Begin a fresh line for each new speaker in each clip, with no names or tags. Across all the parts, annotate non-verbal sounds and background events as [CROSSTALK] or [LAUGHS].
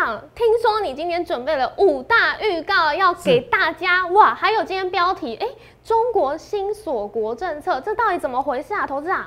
长，听说你今天准备了五大预告要给大家哇，还有今天标题，哎、中国新锁国政策，这到底怎么回事啊，投资长？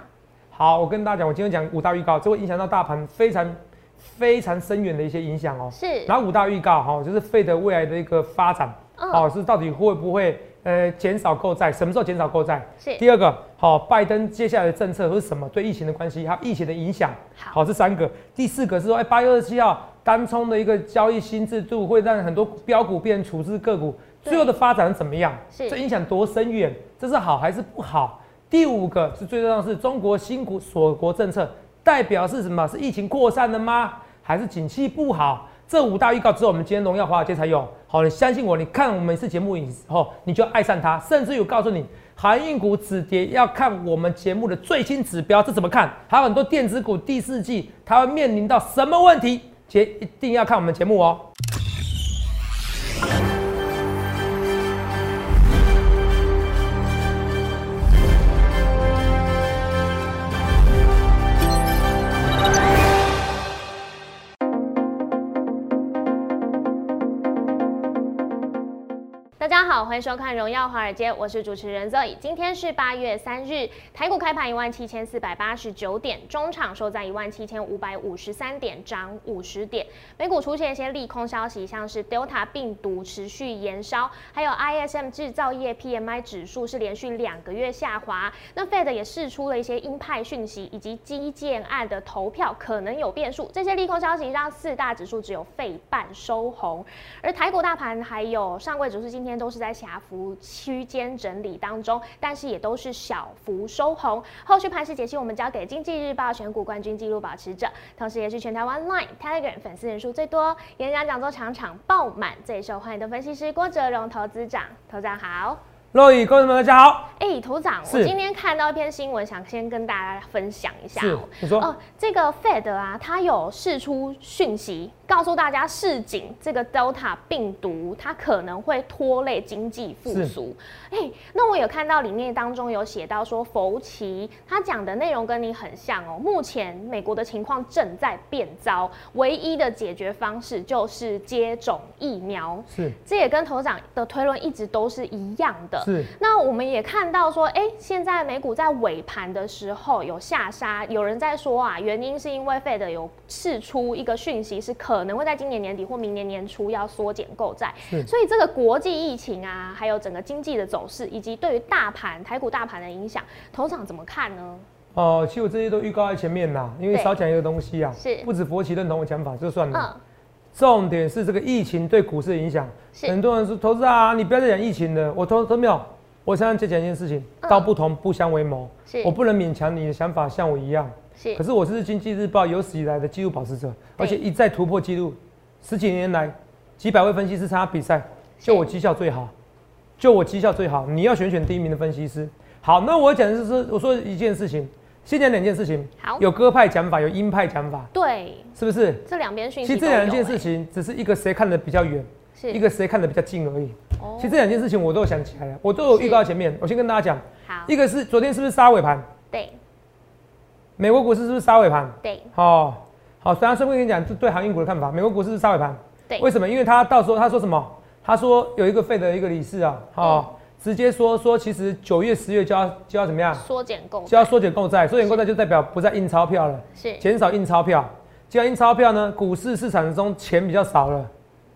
好，我跟大家讲，我今天讲五大预告，这会影响到大盘非常非常深远的一些影响哦。
是
然后五大预告哈、哦，就是费的未来的一个发展，
嗯
哦，是到底会不会呃减少购债，什么时候减少购债？
是
第二个，好、拜登接下来的政策是什么？对疫情的关系，还有疫情的影响。
好
这三个。第四个是说，哎、8八月二十七号单冲的一个交易新制度，会让很多标股变成处置个股，
对
最后的发展怎么样？
是
这影响多深远？这是好还是不好？第五个是最重要的是中国新股锁国政策代表是什么？是疫情扩散了吗？还是景气不好？这五大预告只有我们今天荣耀华尔街才有。好，你相信我，你看我们一次节目以后，你就爱上它。甚至有告诉你，航运股止跌要看我们节目的最新指标，这怎么看？还有很多电子股第四季它会面临到什么问题？且一定要看我们节目哦。
大家好，欢迎收看《荣耀华尔街》，我是主持人 Zoe。今天是八月三日，台股开盘一万七千四百八十九点，中场收在一万七千五百五十三点，涨五十点。美股出现一些利空消息，像是 Delta 病毒持续延烧，还有 ISM 制造业 PMI 指数是连续两个月下滑。那 Fed 也释出了一些鹰派讯息，以及基建案的投票可能有变数。这些利空消息让四大指数只有费半收红，而台股大盘还有上柜指数今天都是在狭幅区间整理当中，但是也都是小幅收红。后续盘势解析，我们交给经济日报选股冠军纪录保持者，同时也是全台湾 Line、Telegram 粉丝人数最多、演讲讲座场场爆满、最受欢迎的分析师郭哲荣投资长。投资长好。
若雨，观众朋友大家好。
哎、头长，我
是
今天看到一篇新闻，想先跟大家分享一下、
是
哦。
你说
哦、这个 Fed 啊，它有释出讯息，告诉大家市井这个 Delta 病毒，它可能会拖累经济复苏。哎、那我有看到里面当中有写到说，佛奇他讲的内容跟你很像哦。目前美国的情况正在变糟，唯一的解决方式就是接种疫苗。
是
这也跟头长的推论一直都是一样的。
是
那我们也看到说，哎、现在美股在尾盘的时候有下杀，有人在说啊，原因是因为 Fed 有释出一个讯息，是可能会在今年年底或明年年初要缩减购债
是，
所以这个国际疫情啊，还有整个经济的走势，以及对于大盘台股大盘的影响，头场怎么看呢？
哦，其实我这些都预告在前面啦，因为
对
少讲一个东西啊，
是
不止佛奇认同我讲法就算了，
嗯，
重点是这个疫情对股市的影响。
是
很多人说，投资啊，你不要再讲疫情了。我投投没有，我想想再讲一件事情，道不同不相为谋。
嗯是
我不能勉强你的想法像我一样。可
是
是我是经济日报有史以来的纪录保持者，
对
而且一再突破纪录。十几年来，几百位分析师参加比赛，
是
就我绩效最好，就我绩效最好。你要选选第一名的分析师。好，那我讲的是说，我说一件事情，先讲两件事情。
好
有鸽派讲法，有鹰派讲法，
对
是不是？
这两边讯息
其实
都
这
有、
两件事情，只是一个谁看的比较远，
是
一个谁看的比较近而已。
哦
其实这两件事情我都有想起来了，我都有预告前面。我先跟大家讲，
好
一个是昨天是不是杀尾盘？
对
美国股市是不是杀尾盘？
对
哦，好，所以他顺便跟你讲，这对航运股的看法。美国股市是杀尾盘，
对
为什么？因为他到时候他说什么？他说有一个费的一个理事啊，哦，直接说说其实九月、十月就要就要怎么样？
缩减购
就要缩减购债，缩减购债就代表不再印钞票了，
是
减少印钞票。既然印钞票呢，股市市场中钱比较少了，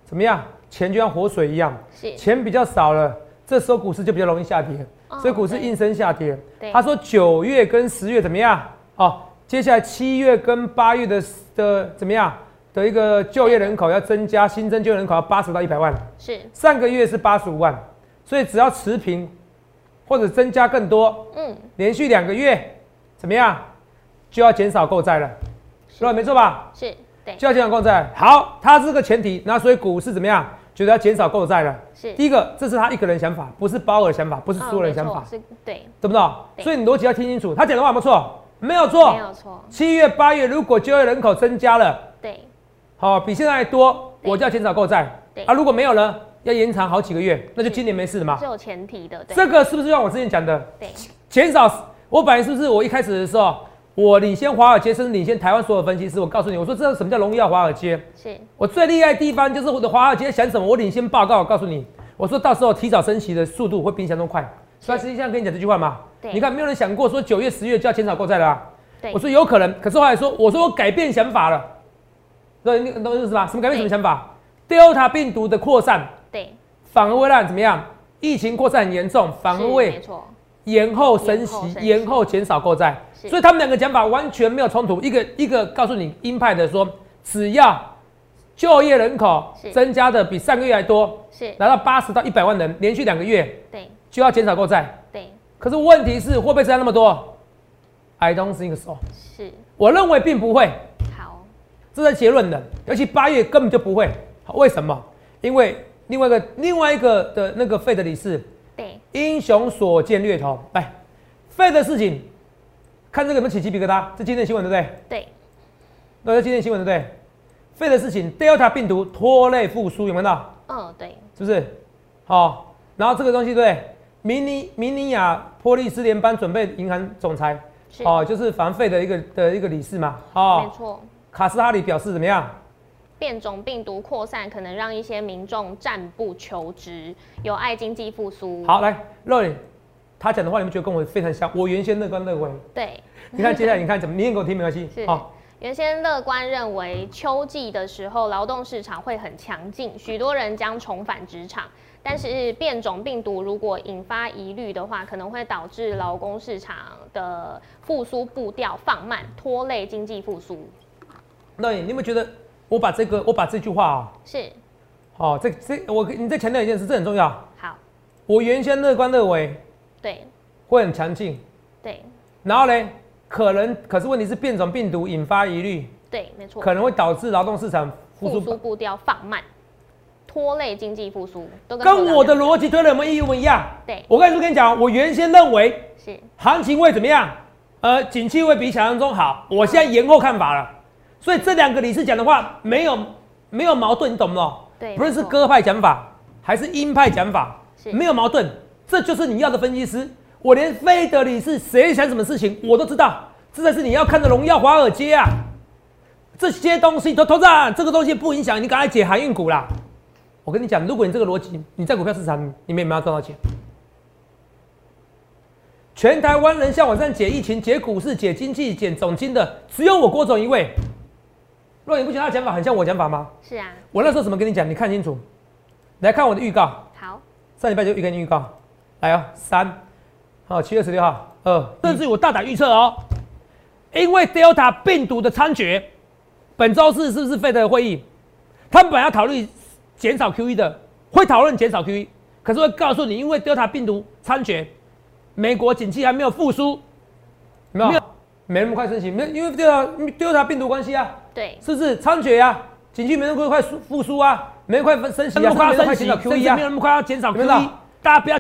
怎么样？钱就像活水一样，
是
钱比较少了，这时候股市就比较容易下跌，
哦
所以股市
对
应声下跌
对。
他说九月跟十月怎么样？哦，接下来七月跟八月的的怎么样的一个就业人口要增加，新增就业人口要八十到一百万，
是
上个月是八十五万，所以只要持平或者增加更多，
嗯
连续两个月怎么样就要减少购债了，
是
对吧？没错吧？
是对
就要减少购债。好，它是个前提，那所以股市怎么样？觉得要减少购债了。
是
第一个，这是他一个人想法，不是鲍尔想法，不是
嗯
所有人
没
想
错
法，
是对，
懂不懂？
对
所以你逻辑要听清楚，他讲的话有没有错？没有错
没。有错，
七月、八月如果就业人口增加了，
对
好、比现在还多，
对
我就要减少购债
对。
啊，如果没有呢，要延长好几个月，那就是今年没事了嘛
是。有前提的，对
这个是不是像我之前讲的，
对
减少？我本来是不是我一开始的时候，我领先华尔街，甚至领先台湾所有分析师。我告诉你，我说这什么叫荣耀华尔街？
是
我最厉害的地方就是我的华尔街想什么，我领先报告。我告诉你，我说到时候提早升息的速度会比你想中快。所以实际上跟你讲这句话嘛，
对
你看没有人想过说九月、十月就要减少购债了、啊。
对
我说有可能，可是后来说，我说我改变想法了。那你懂我意思吧？什么改变什么
对
想法？Delta 病毒的扩散
对，
反而会让怎么样？疫情扩散很严重，反而
是
会
没错，
延后升息
延后升，息
延后减少购债，
是
所以他们两个讲法完全没有冲突。一个一个告诉你鹰派的说，只要就业人口
是
增加的比上个月还多，
是
达到八十到一百万人，连续两个月
对
就要减少购债。
对
可是问题是会不会增加那么多？I don't think so。
是
我认为并不会，
好，
这是结论的。尤其八月根本就不会。好为什么？因为另外一个另外一个的那个费德理事
对
英雄所见略同。来，废的事情，看这个有没有起鸡皮疙瘩？这今天的新闻对不对？
对
那是今天的新闻对不对？废的事情，Delta 病毒拖累复苏，有没有看到？
嗯对
是不是？好、然后这个东西对不对？明尼明尼亚波利斯联邦准备银行总裁，
是
哦，就是防费的一个的一个理事嘛，哦
没，错。
卡斯哈里表示怎么样？
变种病毒扩散可能让一些民众暂不求职，有碍经济复苏。，
好，来，肉眼，他讲的话你们觉得跟我非常像？我原先乐观认为，
对，
你看接下来你看怎么，你也给我听没关系哦
是，
好、
原先乐观认为秋季的时候劳动市场会很强劲，许多人将重返职场。但是变种病毒如果引发疑虑的话，可能会导致劳工市场的复苏步调放慢，拖累经济复苏。
那你有没有觉得我把这个我把这句话啊，
是，
哦，这这我你再强调一件事，这很重要。
好，
我原先乐观认为
对
会很强劲，
对
然后呢，可能可是问题是变种病毒引发疑虑，
对，没错，
可能会导致劳动市场复
复
苏
苏。步调放慢，拖累经济复苏，都跟
跟我的
口罩
逻辑推论有没有一模一样？
对
我刚才就跟你讲，我原先认为
是
行情会怎么样？呃，景气会比想象中好。我现在延后看法了，所以这两个理事讲的话没有没有矛盾，你懂不懂？
对
不论是
没错
鸽派讲法还是鹰派讲法
是，
没有矛盾，这就是你要的分析师。我连非得理事谁想什么事情我都知道，这才是你要看的荣耀华尔街啊！这些东西都都在，这个东西不影响你赶快解航运股啦。我跟你讲，如果你这个逻辑，你在股票市场里面没有赚到钱。全台湾人向网上解疫情、解股市、解经济、解总经的，只有我郭总一位。若你不觉得他讲法很像我讲法吗？
是啊，
我那时候怎么跟你讲？你看清楚，来看我的预告，
好，
上礼拜就预跟你预告，来哦，三，好，七月十六号，二，甚至于我大胆预测哦，因为 Delta 病毒的猖獗，本周四是不是费德会议？他们本来要讨论减少 QE 的，会讨论减少 QE，可是会告诉你，因为 Delta 病毒猖獗，美国景气还没有复苏，有没有？没那么快升息，没有因为 Delta Delta 病毒关系啊。
对
是不是猖獗啊？景气没那么快复复苏啊，没那么快升息啊，
没那么快要升息
甚至
甚至
没
没
有
有
那么快要减少
QE
QE，大家不要啊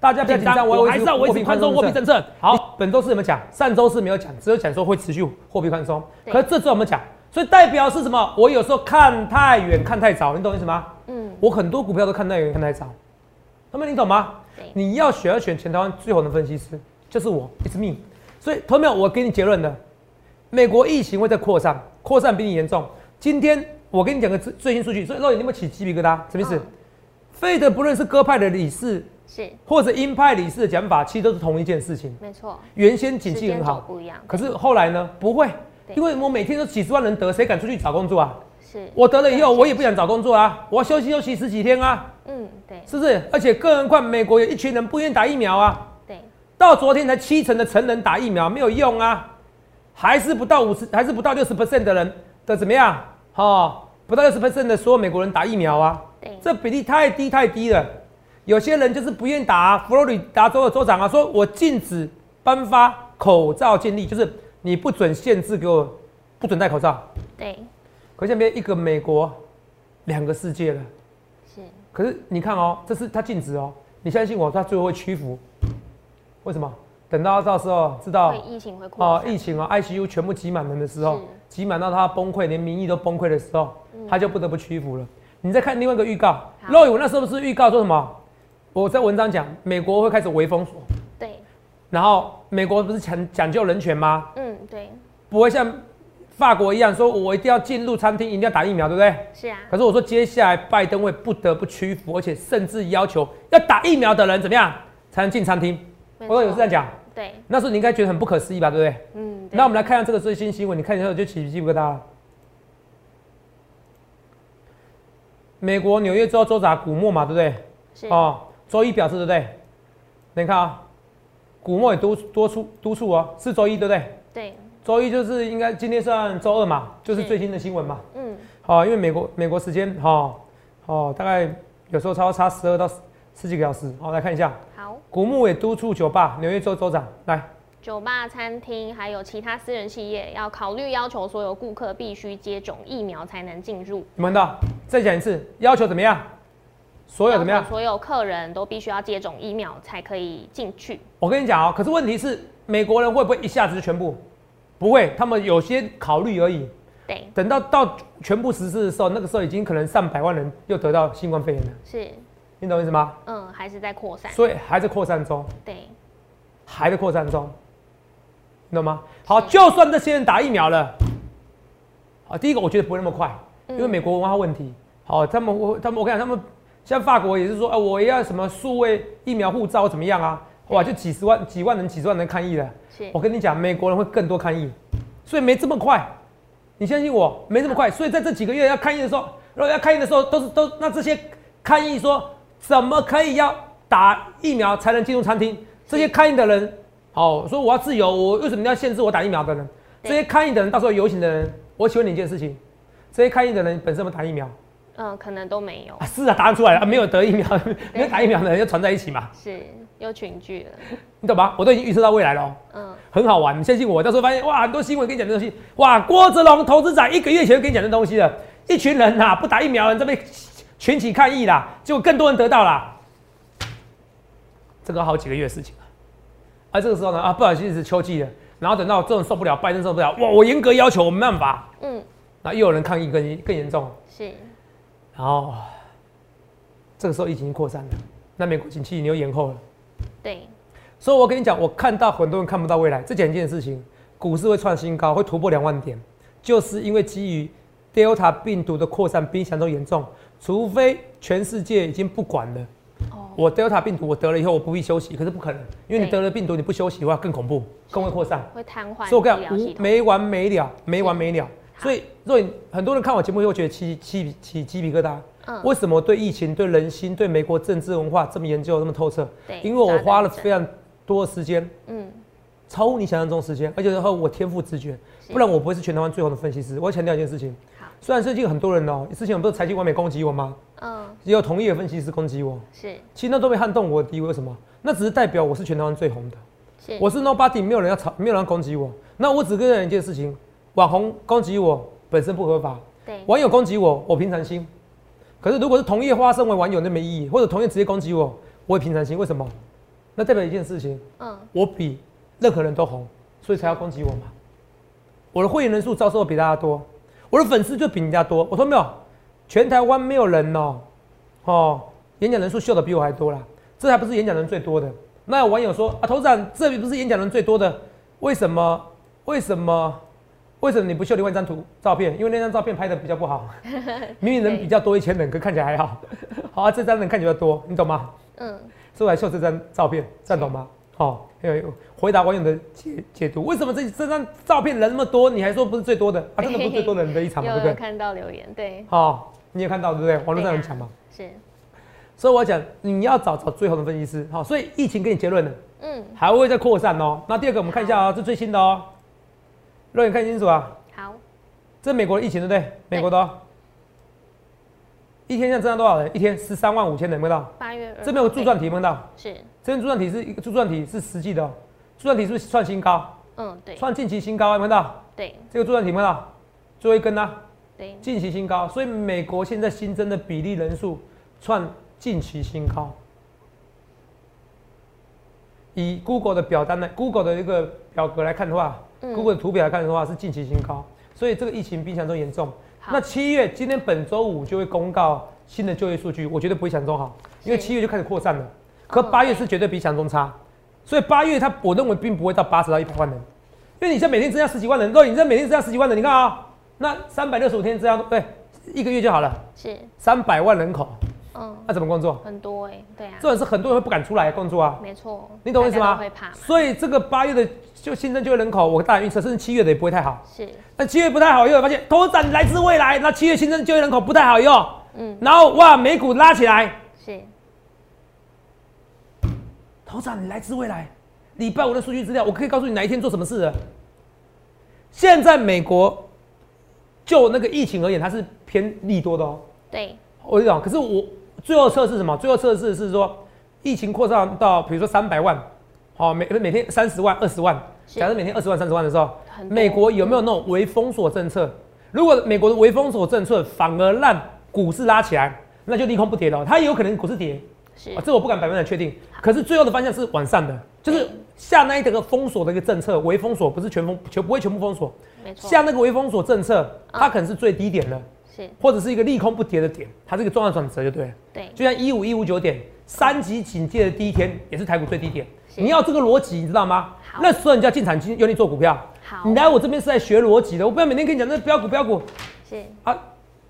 大家不要紧张，我
我
还
还
是
是
要
要
维
维
持
持
宽
宽
松货
松货
币
币
政
政
策。好，本周是有没有讲？上周是没有讲，只有讲说会持续货币宽松，
对
可是这周我们讲，所以代表是什么？我有时候看太远，看太早，你懂我意思吗？
嗯，
我很多股票都看太远，看太早，那么你懂吗？
对
你要选要选全台湾最红的分析师，就是我，It's me。所以，投票我给你结论的，美国疫情会在扩散，扩散比你严重。今天我跟你讲个最最新数据，所以肉眼你有没有起鸡皮疙瘩？什么意思
嗯？
费德不论是鸽派的理事
是
或者鹰派理事的讲法，其实都是同一件事情。
没错，
原先景
时
气
间
很
轴
好，
不一样，
可是后来呢？不会，
对
因为我每天都几十万人得，谁敢出去找工作啊？
是
我得了以后，我也不想找工作啊，我要休息休息十几天啊，
嗯，对
是不是？而且更何况美国有一群人不愿意打疫苗啊。
对
到昨天才七成的成人打疫苗没有用啊，还是不到五十，还是不到六十 percent 的人的怎么样？哦，不到六十 percent 的所有美国人打疫苗啊，
对
这比例太低太低了。有些人就是不愿意打、啊，佛罗里达州的州长啊，说我禁止颁发口罩禁令，就是你不准限制给我，不准戴口罩。
对
可现在变一个美国，两个世界了。
是
可是你看哦，这是他禁止哦，你相信我，他最后会屈服。为什么？等到到时候知道
会疫情会扩
哦，
散，
疫情哦，ICU 全部挤满人的时
是，
候
嗯
挤满到他崩溃，连民意都崩溃的时候，他就不得不屈服了。你再看另外一个预告，
好
肉友那时候不是预告说什么？我在文章讲，美国会开始微封锁，
对，
然后美国不是强讲究人权吗？
嗯，嗯，对，
不会像法国一样说，我一定要进入餐厅，一定要打疫苗，对不对？
是啊，
可是我说，接下来拜登会不得不屈服，而且甚至要求要打疫苗的人怎么样才能进餐厅？
没
我说有
错
这样讲，
对，
那时候你应该觉得很不可思议吧，对不对？
嗯，对
那我们来看看这个最新新闻，你看以后就起鸡皮疙瘩了。美国纽约州州长古默嘛，对不对？
是
哦，周一表示，对不对？你看啊、古默也督多促督促哦，是周一，对不对？
对，
周一就是应该今天算周二嘛，就是
是
最新的新闻嘛。
嗯，
好、因为美国美国时间哈哦大概有时候超差十二到十十几个小时。好、来看一下，
好，
古默也督促酒吧，纽约州州长来。
酒吧、餐厅还有其他私人企业要考虑要求所有顾客必须接种疫苗才能进入。
你们的再讲一次，要求怎么样？所有怎么样
要求？所有客人都必须要接种疫苗才可以进去。
我跟你讲哦，可是问题是，美国人会不会一下子就全部？不会，他们有些考虑而已。
对，
等到到全部实施的时候，那个时候已经可能上百万人又得到新冠肺炎了，
是，
你懂我意思吗？
嗯，还是在扩散。
所以还在扩散中，
对，
还在扩散中，你懂吗？好，就算这些人打疫苗了，好，第一个我觉得不会那么快，
嗯
因为美国文化问题，好，他们会他们我跟你讲，他们像法国也是说，啊，我要什么数位疫苗护照怎么样啊？哇，就几十万、几万人、几十万人抗议了。
是
我跟你讲，美国人会更多抗议，所以没这么快。你相信我，没这么快。所以在这几个月要抗议的时候，如果要抗议的时候，都是都那这些抗议说怎么可以要打疫苗才能进入餐厅？这些抗议的人，哦，说我要自由，我为什么要限制我打疫苗的人？
对
这些抗议的人，到时候游行的人，我请问你一件事情：这些抗议的人本身有没有打疫苗
嗯，可能都没有
啊？，是啊，答案出来了，啊、没有得疫苗， [LAUGHS] 没有打疫苗的人就传在一起嘛，
是又群聚了。
你懂吗？我都已经预测到未来了哦。
嗯，
很好玩，你相信我，到时候发现哇，很多新闻跟你讲这东西，哇，郭泽龙投资长一个月前就跟你讲这东西了，一群人呐、不打疫苗的人这边群起抗议啦，结果更多人得到啦，这个好几个月的事情啊，啊，这个时候呢啊，不小心是秋季了，然后等到这种受不了，拜登受不了，哇，我严格要求，我没办法，
嗯，
然后又有人抗议更更严重，
是，
然后这个时候疫情扩散了，那美国景气你又延后了。
对，
所以我跟你讲，我看到很多人看不到未来，这讲一件事情，股市会创新高，会突破两万点，就是因为基于 Delta 病毒的扩散比想象中严重，除非全世界已经不管了。
哦，
我 Delta 病毒我得了以后，我不必休息，可是不可能，因为你
对
得了病毒你不休息的话更恐怖，更会扩散。
会瘫痪
所以我跟
医
你
疗
讲，
系
无
统。
没完没了，没完没了。所以，若你很多人看我节目以后觉得起起起鸡皮疙瘩，
嗯
为什么对疫情、对人心、对美国政治文化这么研究、这么透彻
对？
因为我花了
扎得很深
非常多的时间，
嗯，
超乎你想象中时间，而且然后我天赋直觉，
是
不然我不会是全台湾最红的分析师。我要强调一件事情
好，
虽然最近很多人哦、之前我不是财经完美攻击我吗？
嗯，
也有同业分析师攻击我，
是
其实那都没撼动我的地位，为什么？那只是代表我是全台湾最红的，
是，
我是 nobody，没有人要吵，没有人要攻击我。那我只跟人一件事情，网红攻击我本身不合法，
对，
网友攻击我，我平常心。可是如果是同业化身为网友，那没意义；或者同业直接攻击我，我也平常心。为什么？那代表一件事情，
嗯，
我比任何人都红，所以才要攻击我嘛。我的会员人数遭受比大家多，我的粉丝就比人家多。我说没有，全台湾没有人哦，哦，演讲人数秀的比我还多啦。这还不是演讲人最多的。那有网友说啊，头长，这里不是演讲人最多的，为什么？为什么？为什么你不秀另外一张图照片？因为那张照片拍的比较不好，明明人比较多一千人，可看起来还好。好啊，这张人看起来比较多，你懂吗？
嗯，
所以我来秀这张照片，这样懂吗？好、有有回答网友的解解读，为什么这这张照片人那么多，你还说不是最多的？啊，真的不是最多的人的一场嘛，对不
又有
对？
看到留言，对，
好、你也看到对不对？网络上
对
很
啊
强嘛，
是，
所以我讲你要找找最好的分析师。好、所以疫情给你结论了，
嗯，
还会再扩散哦。那第二个我们看一下啊、这最新的哦，肉眼看清楚啊，
好，
这美国的疫情对不对？美国的、哦，一天现在增加多少人？一天十三万五千人，有没有看到？
八月二，
这边有个柱状体，有没有看到？
是，
这根柱状体是一个柱状体是实际的、哦，柱状体是不是创新高？
嗯，对，
创近期新高，有没有看到？
对，
这个柱状体有没有看到？最后一根呢、
对，
近期新高，所以美国现在新增的比例人数创近期新高。以 Google 的表单来，Google 的一个表格来看的话、
嗯
g o o g l e 的图表来看的话是近期新高，所以这个疫情比想中严重。
好
那七月今天本周五就会公告新的就业数据，我觉得不会想中好，因为
是
七月就开始扩散了。可
哦
八月是绝对比想中差，所以八月它我认为并不会到八十到一百万人，因为你现在每天增加十几万人，各位，你现在每天增加十几万人，你看啊、那三百六十五天增加，对，一个月就好了，
是，
三百万人口，
嗯，
那、怎么工作？
很多哎、对啊，
这种是很多人会不敢出来工作啊，
没错，
你懂我意思
大家
吗？
都会怕嘛，
所以这个八月的就新增就业人口，我大胆预测，甚至七月的也不会太好。
是，
那七月不太好以后，发现头涨来自未来，那七月新增就业人口不太好以后，
嗯，
然后哇，美股拉起来，
是，
头涨来自未来。礼拜五的数据资料，我可以告诉你哪一天做什么事了。现在美国就那个疫情而言，它是偏利多的哦。
对，
我讲，可是我最后测试什么？最后测试是说，疫情扩散到比如说三百万，好、每每天三十万、二十万，
是
假设每天二十万、三十万的时候，
很多
美国有没有那种微封锁政策？如果美国的微封锁政策反而让股市拉起来，那就利空不跌了哦，它也有可能股市跌。
是
啊，，这我不敢百分之百确定。可是最后的方向是往上的，就是下那一个封锁的一个政策，微封锁不是全封，全不会全部封锁，
没错，嗯
下那个微封锁政策，它可能是最低点的，
是，
或者是一个利空不跌的点，它是一个重要转折就对了。
对，
就像一五一五九点，三级警戒的第一天也是台股最低点。
是
你要这个逻辑，你知道吗
好？
那时候你就要进场金用力做股票。
好
你，来我这边是在学逻辑的，我不要每天跟你讲那标股标股，
是，
啊，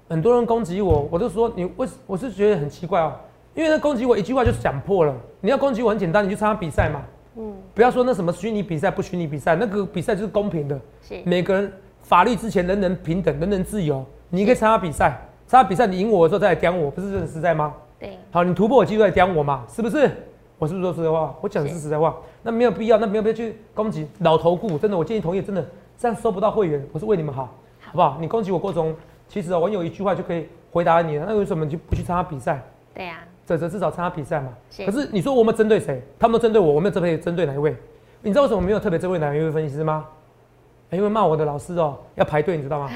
很多人攻击我，我就说你为什我是觉得很奇怪哦，因为他攻击我一句话就讲破了。你要攻击我很简单，你去参加比赛嘛，
嗯，
不要说那什么虚拟比赛不虚拟比赛，那个比赛就是公平的，
是，
每个人法律之前人人平等，人人自由。你可以参加比赛，参加比赛你赢我的时候再来刁我，不是这很实在吗？
对，
好，你突破我记录来刁我嘛，是不是？我是不是说实在话？我讲的是
是
实在话，那没有必要，那没有必要去攻击老投顾。真的，我建议同业真的这样收不到会员，我是为你们好，好不好？你攻击我过程中，其实、哦、我有一句话就可以回答你了，啊那为什么你就不去参加比赛？
对啊，
这这至少参加比赛嘛。
是
可是你说我们针对谁？他们都针对我，我没有特别针对哪一位？你知道为什么没有特别针对哪一位分析师吗？哎因为骂我的老师哦，要排队，你知道吗？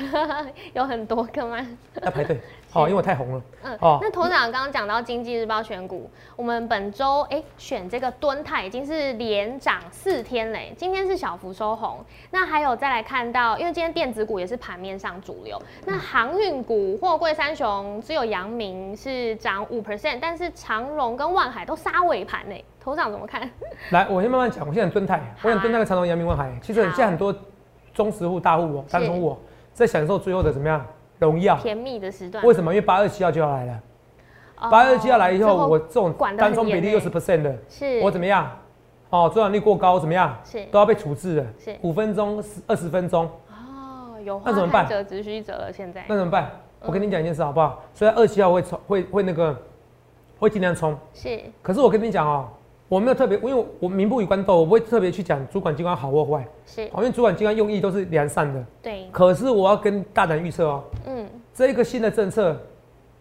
有很多个吗？
要排队，哦，因为我太红了。
嗯，
哦
那头长刚刚讲到《经济日报》选股，我们本周哎、选这个敦泰已经是连涨四天嘞，今天是小幅收红。那还有再来看到，因为今天电子股也是盘面上主流，那航运股、货柜三雄只有阳明是涨五 percent，但是长荣跟万海都杀尾盘嘞。头长怎么看？
来，我先慢慢讲。我现在蹲泰，我想蹲那个长隆、阳明、万海。其实
好
现在很多中实户、大户哦、
是
单户哦，在享受最后的怎么样荣耀？
甜蜜的时段，
为什么？因为八二七号就要来了。
哦
八二七号来以后，我这种
管得很
单中比
严
例
欸
六十 percent 的，
是
我怎么样？哦，周转率过高，怎么样？
是
都要被处置了
是。
五分钟、二十分钟，
哦，有
那
话
怎么办
看者只需者了，现在
那怎么办？我跟你讲一件事好
嗯
不好？虽然二七号会冲，会会那个，会尽量冲，
是
可是我跟你讲哦、我没有特别，因为我民不与官斗，我不会特别去讲主管机关好或坏，
是，
哦好因为主管机关用意都是良善的。
对，
可是我要跟大胆预测哦，
嗯
这个新的政策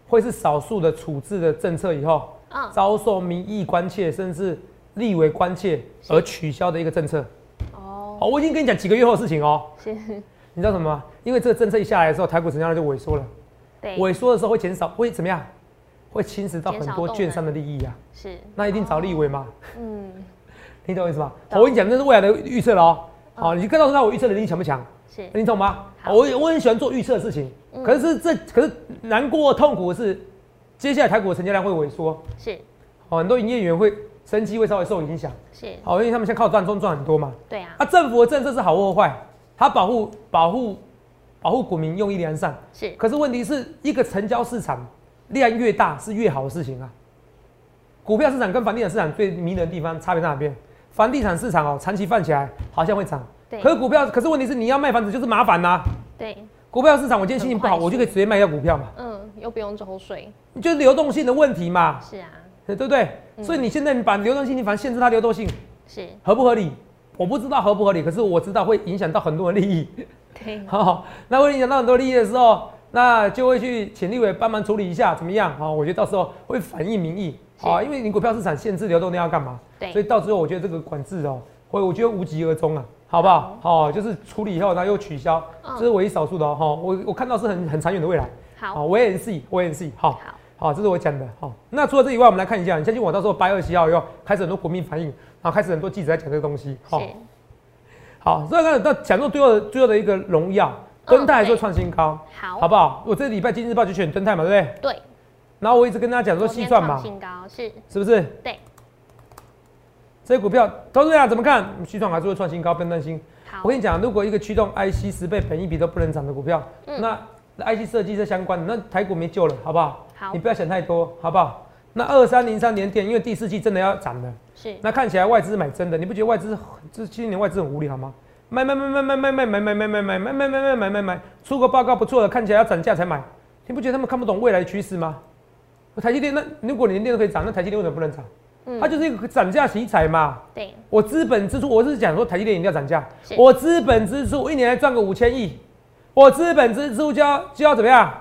会是少数的处置的政策以后，
嗯，
遭受民意关切，甚至立为关切而取消的一个政策。
哦，
好，我已经跟你讲几个月后的事情哦。
是，
你知道什么吗？因为这个政策一下来的时候，台股成交量就萎缩了，
对，
萎缩的时候会减少，会怎么样？会侵蚀到很
减少
多
动
券
能
商的利益啊。
是，
那一定找立委嘛？
嗯，
你懂我意思吗？
懂
好我跟你讲，这是未来的预测了哦。好，你就看到那我预测的你强不强？
是
你懂吗？
好
我也我很喜欢做预测的事情，
嗯
可是这可是难过痛苦的是，接下来台股的成交量会萎缩，
是
哦，很多营业员会生机会稍微受影响，
是，
好、因为他们现在靠赚中赚很多嘛。
对啊，
啊，政府的政策是好或坏，它保护保护保护股民用意良善，
是
可是问题是一个成交市场量越大是越好的事情啊。股票市场跟房地产市场最迷人的地方差别在哪边？房地产市场哦，长期放起来好像会涨，
对
可是股票，可是问题是你要卖房子就是麻烦啊呐、
对，
股票市场，我今天心情不好，
很快速
我就可以直接卖掉股票嘛，
嗯，又不用抽税，
就是流动性的问题嘛，
是啊，
对不对？
嗯
所以你现在你把流动性，你反正限制它流动性，
是，
合不合理？我不知道合不合理，可是我知道会影响到很多人利益。
嗯对，
[LAUGHS] 好、那会影响到很多利益的时候，那就会去请立委帮忙处理一下，怎么样？好、我觉得到时候会反映民意。好、
是
因为你股票市场限制流动量要干嘛？
对
所以到最后我觉得这个管制哦，会我觉得无疾而终啊，好不好？好、就是处理以后，然后又取消，
嗯
这是唯一少数的哦。哈我我看到是很很长远的未来。
好，
好，我也很 C，我也很 C，好
好，
好，这是我讲的，好。那除了这以外，我们来看一下，你相信我，到时候八月二十七号又开始很多国民反应，然后开始很多记者在讲这个东西，好，
是，
好，所以那那讲到最后的最后的一个荣耀，
嗯
登泰还是会创新高，好
好，
不好？我这礼拜《经济日报》就选登泰嘛，对不对？
对，
然后我一直跟大家讲说
昨
细
天
算
创
嘛，
新高，是
是不是？
对，
这些股票，投资者怎么看？细算还是会创新高，不用担心。
好
我跟你讲，如果一个驱动 IC 十倍本一比都不能涨的股票，
嗯
那那 IC 设计这相关的，那台股没救了，好不好？
好
你不要想太多，好不好？那二三零三连电，因为第四季真的要涨了，
是
那看起来外资买真的，你不觉得外资很这今年外资很无聊吗？买买买买买买买买买买买买买买买买买买，出个报告不错的，看起来要涨价才买，你不觉得他们看不懂未来趋势吗？台积电那如果连电都可以涨，那台积电为什么不能涨？
嗯
它就是一个涨价题材嘛。
对
我资本支出，我是讲说台积电一定要涨价
是，
我资本支出一年来赚个五千亿，我资本支出就要就要怎么样？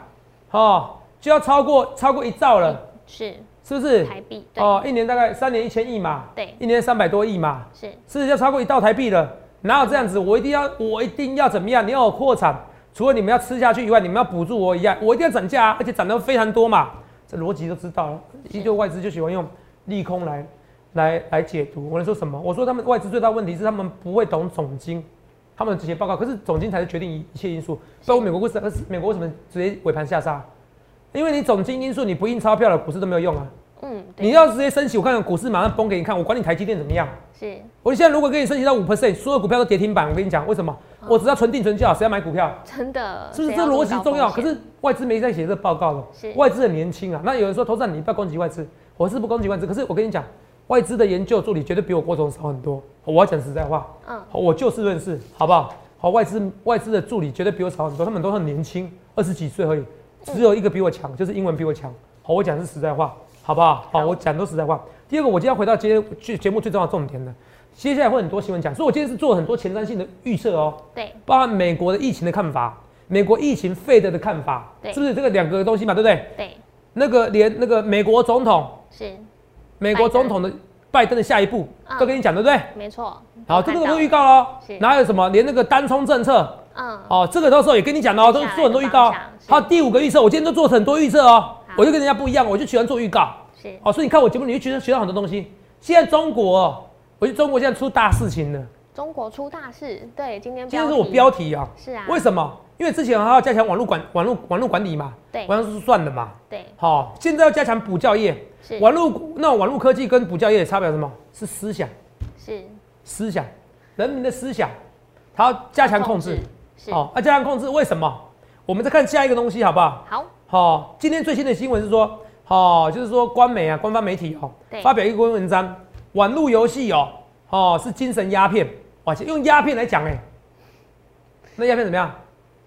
哦，就要超过超过一兆了，
是
是不是？
台币对
呃哦，一年大概三年一千亿嘛，
对
一年三百多亿嘛，
是
是不是要超过一兆台币了？哪有这样子？我一定要我一定要怎么样？你要我扩产，除了你们要吃下去以外，你们要补助我以外，我一定要涨价、啊，而且涨得非常多嘛，这逻辑都知道了。依旧外资就喜欢用利空来来来解读。我能说什么？我说他们外资最大问题是他们不会懂总经，他们直接报告，可是总经才是决定一一切因素。包括美国股市，可是美国为什么直接尾盘下杀？因为你总经因素你不印钞票了，股市都没有用啊。
嗯对
你要直接升息，我看股市马上崩给你看，我管你台积电怎么样。
是
我现在如果跟你升级到五 percent，所有股票都跌停板。我跟你讲，为什么？我只要存定存就好，谁要买股票？
真的
是不是
哦谁
这
要
逻
么
辑
高
重要？可
风险
是外资没在写这报告了
是，
外资很年轻啊。那有人说，投资人你不要攻击外资，我是不攻击外资。可是我跟你讲，外资的研究助理绝对比我郭总少很多。我要讲实在话，
嗯
好我就事论事，好不好？好，外资外资的助理绝对比我少很多，他们都很年轻，二十几岁而已，只有一个比我强，就是英文比我强。好，我讲是实在话，好不好？好，
好
我讲都实在话。第二个，我今天要回到今天节节目最重要的重点了。接下来会很多新闻讲，所以我今天是做很多前瞻性的预测哦。
对
包含美国的疫情的看法，美国疫情 Fed 的看法，
对
是不是这个两个东西嘛？对不对？
对
那个连那个美国总统，
是
美国总统的拜登的下一步
嗯
都跟你讲，对不对？
没错
好，
我
这
看
个我
到
都预
了
告喽
是。
然后还有什么？连那个单冲政策，
嗯
哦，这个到时候也跟你讲哦，都
接下来
做很多预
的
告哦
方向。是
还有第五个预测，我今天都做很多预测哦
好，
我就跟人家不一样，我就喜欢做预告。
是
哦，所以你看我节目，你就觉得学到很多东西。现在中国哦，我觉得中国现在出大事情了。
中国出大事对今天
今天是
题
我标题啊。
是啊
为什么？因为之前还要加强网络管网络网络管理嘛，
对
网络是算的嘛，
对
好、现在要加强补教业，
是
网络那网络科技跟补教业的差别是什么？是思想，
是
思想，人民的思想，它要加强控制，
是
哦，要加强控制，为什么？我们再看下一个东西好不好？
好
好、今天最新的新闻是说，哦，就是说官媒啊，官方媒体哦
对，
发表一篇文章，网络游戏哦，哦是精神鸦片，哇，用鸦片来讲哎，那鸦片怎么样？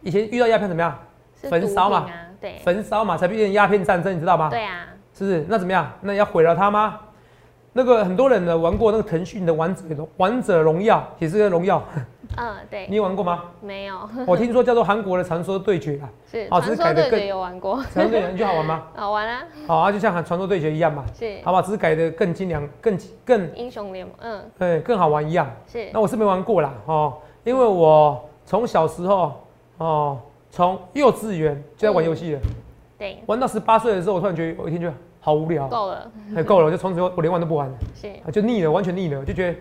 以前遇到鸦片怎么样？
是
焚
毒
烧嘛
品啊对
焚烧嘛，才变成鸦片战争，你知道吗？
对啊
是不是？那怎么样？那要毁了它吗？那个很多人呢玩过那个腾讯的王者王者荣耀，也是个荣耀，
嗯
你
对
有玩过吗？
没有 [LAUGHS]
我听说叫做韩国的传说对决啊，
是
哦
传
只是
说
改得
对
更
决有玩过 [LAUGHS]
传说对决你觉得好玩吗？
好玩啊
好啊，就像传说对决一样嘛，
是
好吧，只是改的更精良、更更
英雄联盟嗯
呃更好玩一样。
是
那我是没玩过啦，哦，因为我从小时候哦，从幼稚园就在玩游戏了，
对
玩到十八岁的时候，我突然觉得我一天觉得好无聊，
够了
哎够了，我就从此以后我连玩都不玩了，
是
啊就腻了，完全腻了，就觉得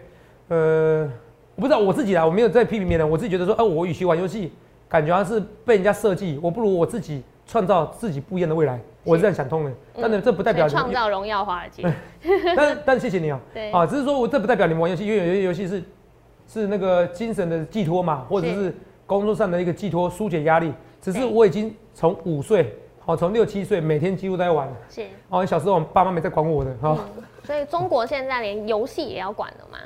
呃，我不知道我自己啦，我没有在批评别人，我自己觉得说，哎、我与其玩游戏，感觉好像是被人家设计，我不如我自己创造自己不一样的未来，我是这样想通的。但是这不代表
所以
你
嗯
们
创造荣耀华尔街
[LAUGHS] 但但谢谢你啊、
对
啊，只是说我这不代表你们玩游戏，因为有些游戏是是那个精神的寄托嘛，或者
是
是工作上的一个寄托，疏解压力。只是
对
我已经从五岁，好、从六七岁每天几乎都在玩。
是
哦，小时候我爸妈没在管我的，哈、哦，
嗯所以中国现在连游戏也要管了吗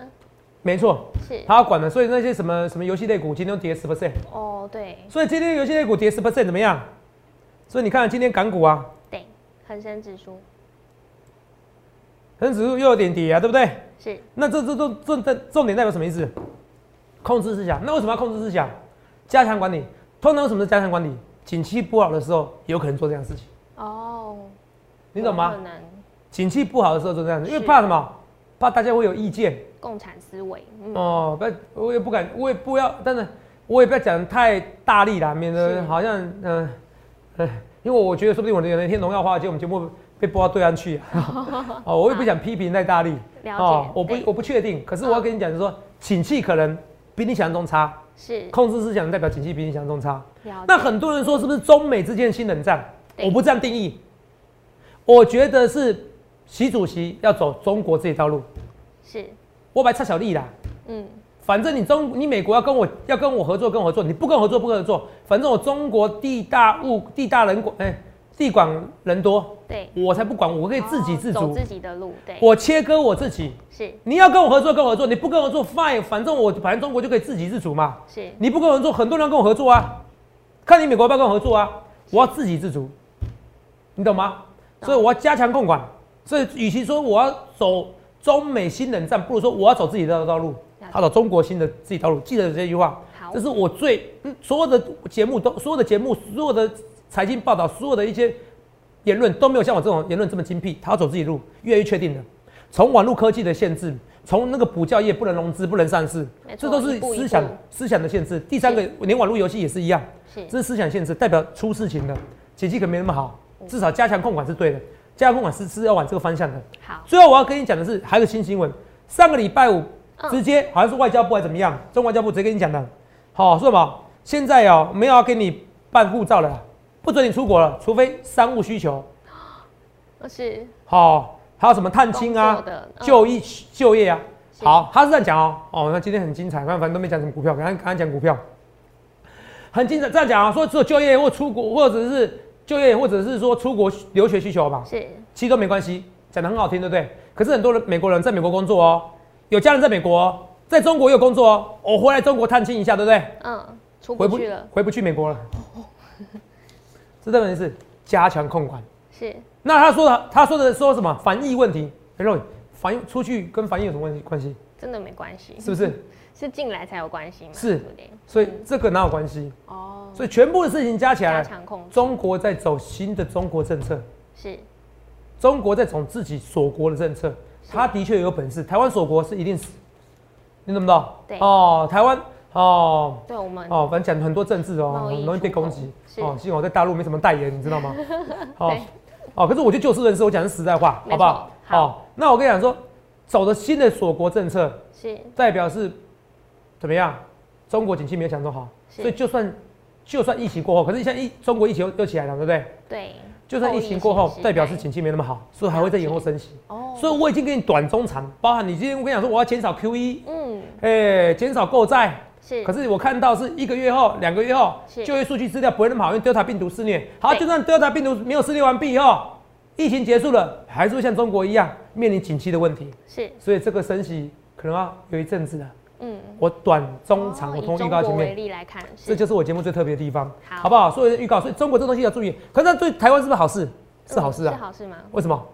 没错，
是
他要管的。所以那些什么什么游戏类股今天都跌十 percent，
哦对
所以今天游戏类股跌十 percent 怎么样？所以你看今天港股啊，
对恒生指数
恒生指数又有点跌啊，对不对？
是
那这这这这这重点代表什么意思？控制思想。那为什么要控制思想？加强管理。通常为什么是加强管理？景气不好的时候，有可能做这样的事情，
哦
你懂
有
吗
可？能景
景气不好的时候做这样子，因为
是
怕什么？怕大家会有意见
共产思维嗯
哦。不，我也不敢，我也不要，但是我也不要讲太大力啦，免
是
得好像嗯、呃呃因为我觉得说不定我有一天荣耀华尔街我们节目被播到对岸去、
[LAUGHS]
啊，哦，我也不想批评太大力。哦
了解哎
我不
对
我不确定，可是我要跟你讲，就是说，景气可能比你想象中差，
是
控制思想代表景气比你想象中差。
了
那
解
很多人说是不是中美之间的新冷战？
对
我不这样定义，我觉得是习主席要走中国这一条路。
是
我白插小弟啦，
嗯
反正你中你美国要跟我要跟我合作，跟我合作，你不跟我合作不跟我合作，反正我中国地大物地大人广，哎、地广人多，
对，哦
我才不管，我可以自给自
走
足，
自己的路，对，
我切割我自己。
是
你要跟我合作，跟我合作；你不跟我合作，fine，反正我反正中国就可以自给自足嘛。
是
你不跟我合作，很多人要跟我合作啊，看你美国要不要跟我合作啊，我要自给自足，你懂吗？
懂
所以我要加强控管。所以，与其说我要走中美新冷战，不如说我要走自己的道路
了解，
他走中国新的自己道路。记得这句话，
好
这是我最嗯所有的节目都所有的节目所有的财经报道所有的一些言论都没有像我这种言论这么精辟，他要走自己路，越来越确定了。从网络科技的限制，从那个补教业不能融资、不能上市
没，错
这都是
一步一步
思想思想的限制。第三个，连网络游戏也是一样，
是
这是思想限制，代表出事情了，景气可能没那么好，至少加强控管是对的，加强控管是是要往这个方向的。
好，
最后我要跟你讲的是，还有个新新闻，上个礼拜五
嗯
直接好像是外交部还是怎么样，中国外交部直接跟你讲的，好、说什么？现在哦没有要给你办护照了啦，不准你出国了，除非商务需求，
那哦是
好、还有什么探亲啊
工作的、嗯
就医就业啊，
是
好，他是这样讲哦，哦，那今天很精彩，反正都没讲什么股票，刚刚刚刚讲股票，很精彩，这样讲啊，说只有就业或出国，或者是就业，或者是说出国留学需求吧，
是
其实都没关系，讲的很好听，对不对？可是很多人美国人在美国工作哦，有家人在美国、哦，在中国也有工作哦，我回来中国探亲一下，对不对？
嗯，出
回
不去了，
回不去美国了。 [LAUGHS] 这代表是加强控管。
是
那他说的，他说的说什么防疫问题？哎、肉防疫出去跟防疫有什么关系关系？
真的没关系，
是不是？
是进来才有关系嘛？
是
对不对？
所以这个哪有关系？
哦，
所以全部的事情加起
加
来，
强控制
中国在走新的中国政策，
是
中国在走自己锁国的政策。他的确有本事，台湾锁国是一定死，你懂不懂？
对
哦，台湾哦
对我们
哦，反正讲很多政治哦
贸，易
很容易被
出口
攻击。
是
哦，幸好我在大陆没什么代言，你知道
[LAUGHS]
吗？哦
对
哦，可是我就就事论事，我讲的是实在话，
没
好不好？
错好
哦，那我跟你讲说，走的新的锁国政策，
是
代表是怎么样？中国景气没有想中好，
是
所以就算就算疫情过后，可是像疫中国疫情又又起来了，对不对？
对，
就算疫情过后，代表是
哦情
景气没那么好，所以还会再延后升息。
哦，
所以我已经给你短中长，包含你今天我跟你讲说我要减少 QE，
嗯
哎、减少购债。
是，
可是我看到是一个月后、两个月后
是，
就业数据资料不会那么好，因为 Delta 病毒肆虐。好，
对
就算 Delta 病毒没有肆虐完毕以后，疫情结束了，还是会像中国一样面临景气的问题。
是
所以这个升息可能要有一阵子了。
嗯。
我短中长
哦
我
以
通通
中
预告
国
前
为
面，
例来看，是
这就是我节目最特别的地方，
好
不好？所有的预告，所以中国这东西要注意。可是它对台湾是不是好事？是好事
嗯
啊
是。好事吗？
为什么？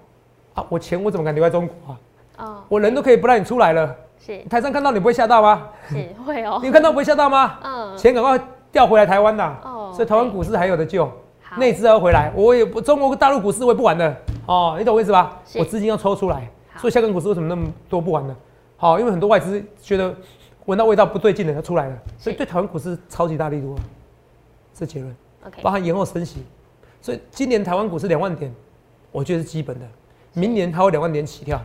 啊，我钱我怎么敢留在中国啊？
哦，
我人都可以不让你出来了，
是
台上看到你不会吓到吗？ [LAUGHS]
是会哦，
你看到不会吓到吗？
嗯，
钱赶快调回来台湾呐
哦，
所以台湾股市还有的救，
好
内资要回来，我也不中国大陆股市我也不玩了，哦，你懂我意思吧？
是
我资金要抽出来，
好
所以香港股市为什么那么多不玩呢？好，因为很多外资觉得闻到味道不对劲了，它出来了，所以
是
对台湾股市超级大力度，啊这结论，
OK
包含延后升息，所以今年台湾股市两万点，我觉得是基本的，明年它会两万点起跳，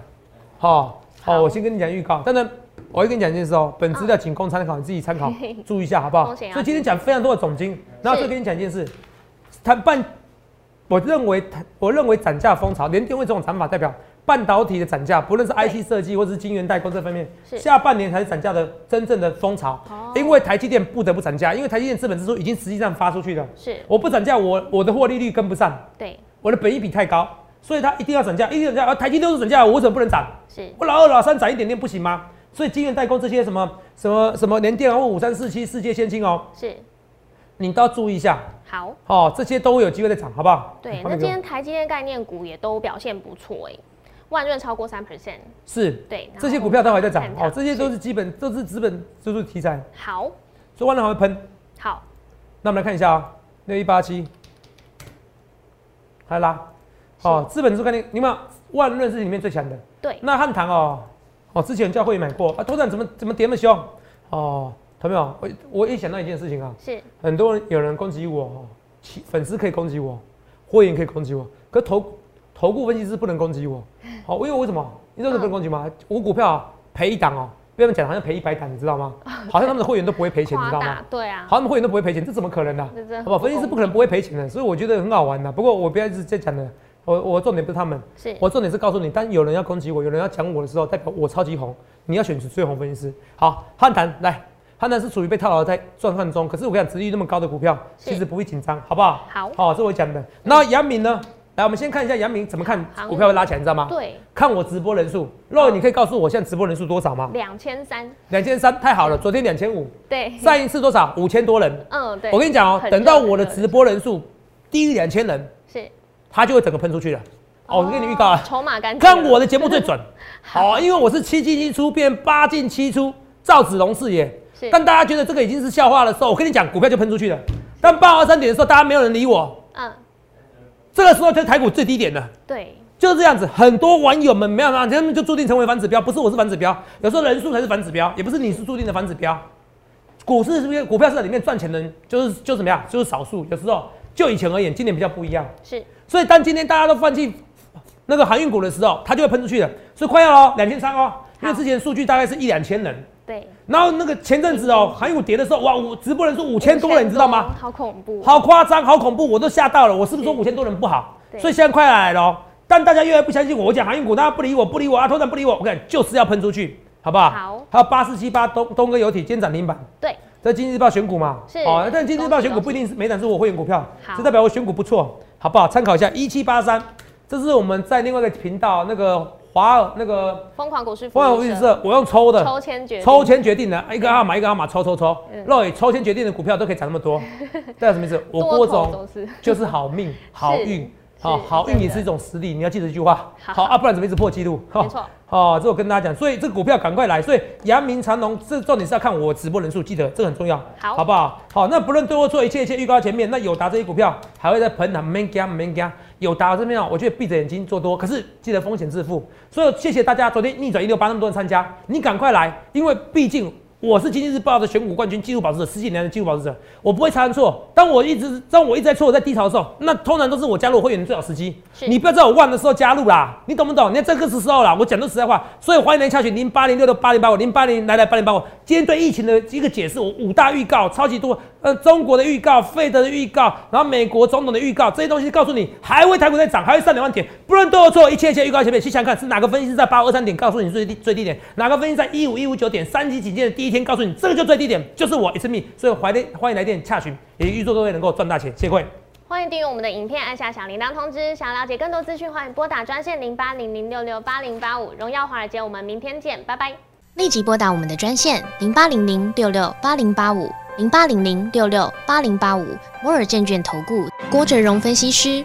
好，好，
好
我先跟你讲预告，当然。我会跟你讲一件事哦，本资料仅供参考，你自己参考，注意一下好不好？
风险要啊
所以今天讲非常多的总经，然后
是
再跟你讲一件事，谈半，我认为谈我认为涨价风潮，联电为这种涨法代表半导体的涨价，不论是
对
IT 设计或者是晶圆代工这方面，
是
下半年才是涨价的真正的风潮。
哦
因为台积电不得不涨价，因为台积电资本支出已经实际上发出去了，
是
我不涨价，我我的获利率跟不上，
对
我的本益比太高，所以它一定要涨价，一定要涨价。而啊台积电都是涨价，我为什么不能涨？
是
我老二老三涨一点点不行吗？所以晶圆代工这些什么什么什么联电啊或五三四七世界先进哦，
是
你都要注意一下
好。
哦，这些都会有机会再涨，好不好？
对，
嗯
那今天台积电概念股也都表现不错哎、万润超过三 percent，
是
对，
这些股票待会再涨
看它
哦，这些都是基本都是资本指数题材，
好
所以万能还会喷。
好
那我们来看一下啊、6六一八七，还拉哦，资本指数概念，你们万润是里面最强的。
对
那汉唐哦，哦，之前教会也买过啊，突然怎么怎么跌那么凶哦，同没有？我我一想到一件事情啊，
是
很多人有人攻击我，哦其粉丝可以攻击我，会员可以攻击我，可投投顾分析师不能攻击我。好、因为为什么？你知道为什么不能攻击吗？我股票啊赔一档哦，被他们讲好像赔一百档，你知道吗？好像他们的会员都不会赔钱，你
[LAUGHS] 夸
知道吗
大？对啊，
好，他们会员都
[LAUGHS]
不会赔钱，这怎么可能呢、啊
这真的
好不好？
很不
分析师不可能不会赔钱的，所以我觉得很好玩的。不过我不要一直在讲的，我我重点不是他们，
是
我重点是告诉你，当有人要攻击我，有人要讲我的时候，代表我超级红，你要选择最红分析师。好，汉坦来，汉坦是属于被套牢在转换中，可是我跟你讲，殖利率那么高的股票，
是
其实不会紧张，好不好？
好
好、这我讲的。那杨明呢？来，我们先看一下杨明怎么看
好
股票会拉起来，你知道吗？
对，
看我直播人数，Roy，你可以告诉我现在直播人数多少吗？
两千三，
两千三，太好了，昨天两千
[LAUGHS]
五，
对，
上一次多少？五千多人。
嗯，对，
我跟你讲哦、
很热
等到我的
很热
直播人数低于两千人，
是，
它就会整个喷出去了。哦，我跟你预告啊，
筹码干净了，
看我的节目最准。好、因为我是七进一出变八进七出，赵子龙是也
是。
当大家觉得这个已经是笑话的时候，我跟你讲，股票就喷出去了。但八二三点的时候，大家没有人理我，
嗯，
这个时候就是台股最低点了。
对，
就是这样子，很多网友们没有办法，他们就注定成为反指标，不是我是反指标，有时候人数才是反指标，也不是你是注定的反指标。股市是不是股票市场里面赚钱的人就是就怎么样，就是少数，有时候就以前而言，今年比较不一样。
是，
所以当今天大家都放弃那个航运股的时候，它就会喷出去的，所以快要喽，两千三哦，因为之前数据大概是一两千人，
对，
然后那个前阵子哦，航运股跌的时候，哇，我直播人数五千多人，你知道吗？
好恐怖，
好夸张，好恐怖，我都吓到了。我是不是说
是
五千多人不好？
对
所以现在快来了哦，但大家越来越不相信我，我讲航运股，大家不理我，不理我，啊，头长不理我，我跟你讲就是要喷出去，好不好？
好
还有八四七八东东哥游艇今天涨停板，
对，
这经济日报选股嘛，哦
是
但经济日报选股不一定是每档是我会员股票
好，
这代表我选股不错，好不好？参考一下一七八三，这是我们在另外一个频道那个华尔那个
疯狂股市服务
风
社，
险无预测，我用抽的，
抽签决定
抽签决定的，一个号码一个号码抽抽抽
嗯，
肉眼抽签决定的股票都可以涨那
[LAUGHS]
么多，这有什么意思？我
多
郭
头
总
都是
就是好命好运，好
是
好运
真的
也是一种实力，你要记得这句话，
好
好啊，不然怎么一直破纪录？
没错，
哦，这我跟大家讲，所以这个股票赶快来，所以阳明长隆这重点是要看我直播人数，记得这个很重要，
好
好不好？好，那不论对或错，一切一切预告前面，那友达这些股票还会在喷啊，没加没加，友达这边啊，我觉得闭着眼睛做多，可是记得风险自负，所以谢谢大家昨天逆转一六八那么多人参加，你赶快来，因为毕竟。我是经济日报的选股冠军纪录保持者，十几年的纪录保持者，我不会常常错。当我一直当我一直在错，我在低潮的时候，那通常都是我加入我会员的最好时机。
是
你不要在我忘的时候加入啦，你懂不懂？你看这个是时候啦，我讲的实在话，所以欢迎来洽询零八零六六八零八五零八零来来八零八五。今天对疫情的一个解释，我五大预告超级多，呃，中国的预告、费德的预告，然后美国总统的预告，这些东西告诉你，还会台股在涨，还会上两万点，不论对或错，一切一切预告前面，去想想看是哪个分析师在八二三点告诉你最低最低点，哪个分析师在一五一五九点三级警戒的第一天告诉你这个就最低点，就是我 it's me，所以欢迎欢迎来电洽询，也预祝各位能够赚大钱，谢谢各位。
欢迎订阅我们的影片，按下小铃铛通知。想了解更多资讯，欢迎拨打专线零八零零六六八零八五。荣耀华尔街，我们明天见，拜拜。
立即拨打我们的专线零八零零六六八零八五零八零零六六八零八五摩尔证券投顾郭哲荣分析师。